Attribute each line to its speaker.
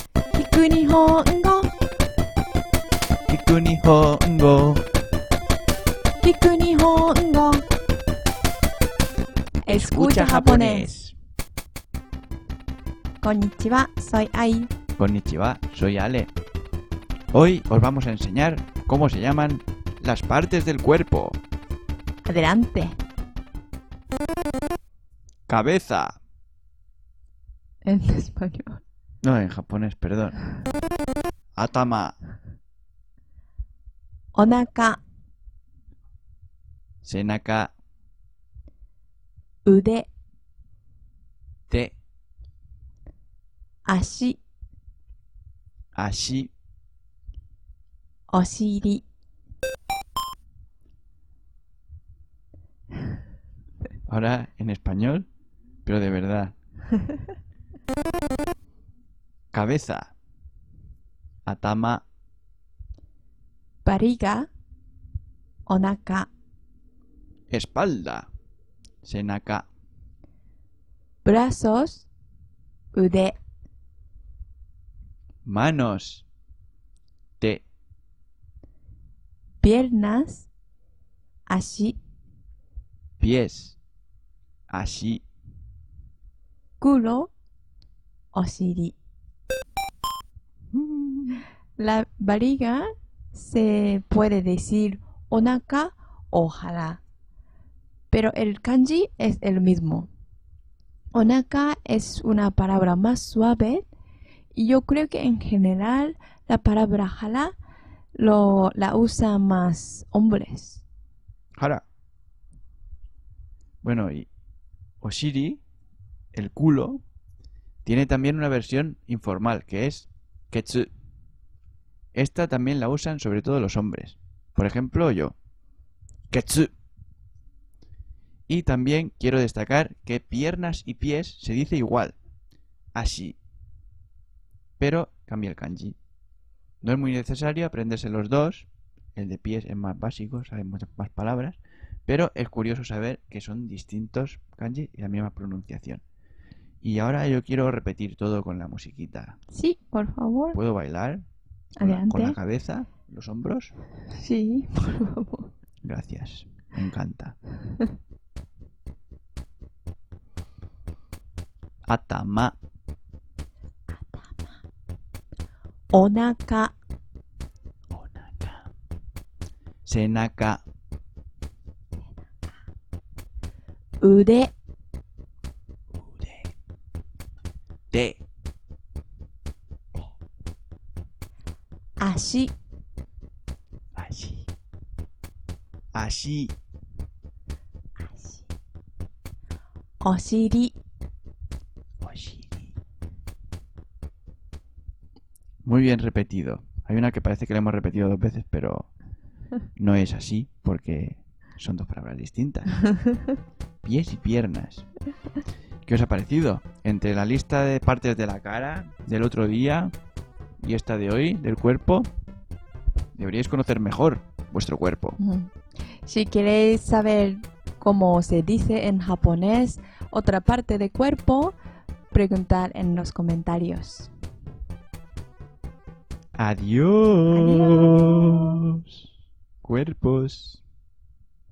Speaker 1: 国本語
Speaker 2: Kiku ni hongo.
Speaker 1: 聞く日本語 Escucha japonés こんにちは soy Ai
Speaker 2: Konnichiwa, soy Ale. Hoy os vamos a enseñar cómo se llaman las partes del cuerpo.
Speaker 1: adelante
Speaker 2: Cabeza.
Speaker 1: en español
Speaker 2: No, en japonés, perdón. Atama.
Speaker 1: お腹
Speaker 2: Senaka.
Speaker 1: 腕
Speaker 2: Te.
Speaker 1: 足
Speaker 2: Ashi.
Speaker 1: お尻
Speaker 2: Ahora en español, pero de verdad. Cabeza. Atama.
Speaker 1: バリがお腹
Speaker 2: Espalda. Senaka.
Speaker 1: ブラソス腕
Speaker 2: Manos. Te.
Speaker 1: piernas 足
Speaker 2: Pies. Ashi.
Speaker 1: 黒お尻 La barriga se puede decir onaka o jala, pero el kanji es el mismo. Onaka es una palabra más suave y yo creo que en general la palabra jala lo, la usan más hombres.
Speaker 2: Jara. Bueno, y Oshiri, el culo, tiene también una versión informal que es Ketsu. Esta también la usan sobre todo los hombres. Por ejemplo, yo. Ketsu. Y también quiero destacar que piernas y pies se dice igual. Así. Pero cambia el kanji. No es muy necesario aprenderse los dos. El de pies es más básico, sabe muchas más palabras. Pero es curioso saber que son distintos kanji y la misma pronunciación. Y ahora yo quiero repetir todo con la musiquita.
Speaker 1: Sí, por favor.
Speaker 2: ¿Puedo bailar? Con la, con la
Speaker 1: Adelante.
Speaker 2: cabeza, los hombros.
Speaker 1: Sí, por favor.
Speaker 2: Gracias, me encanta. Atama,
Speaker 1: Onaka,
Speaker 2: onaka. Senaka,
Speaker 1: 腕、
Speaker 2: ude. Te,
Speaker 1: 足、
Speaker 2: ashi. Ashi,
Speaker 1: お尻、
Speaker 2: oshiri. Muy bien repetido. Hay una que parece que la hemos repetido dos veces, pero no es así porque son dos palabras distintas. pies y piernas. ¿Qué os ha parecido? Entre la lista de partes de la cara del otro día y esta de hoy, del cuerpo, deberíais conocer mejor vuestro cuerpo.
Speaker 1: Ujú. Mm. Si queréis saber cómo se dice en japonés otra parte del cuerpo, preguntad en los comentarios.
Speaker 2: Adiós. Cuerpos.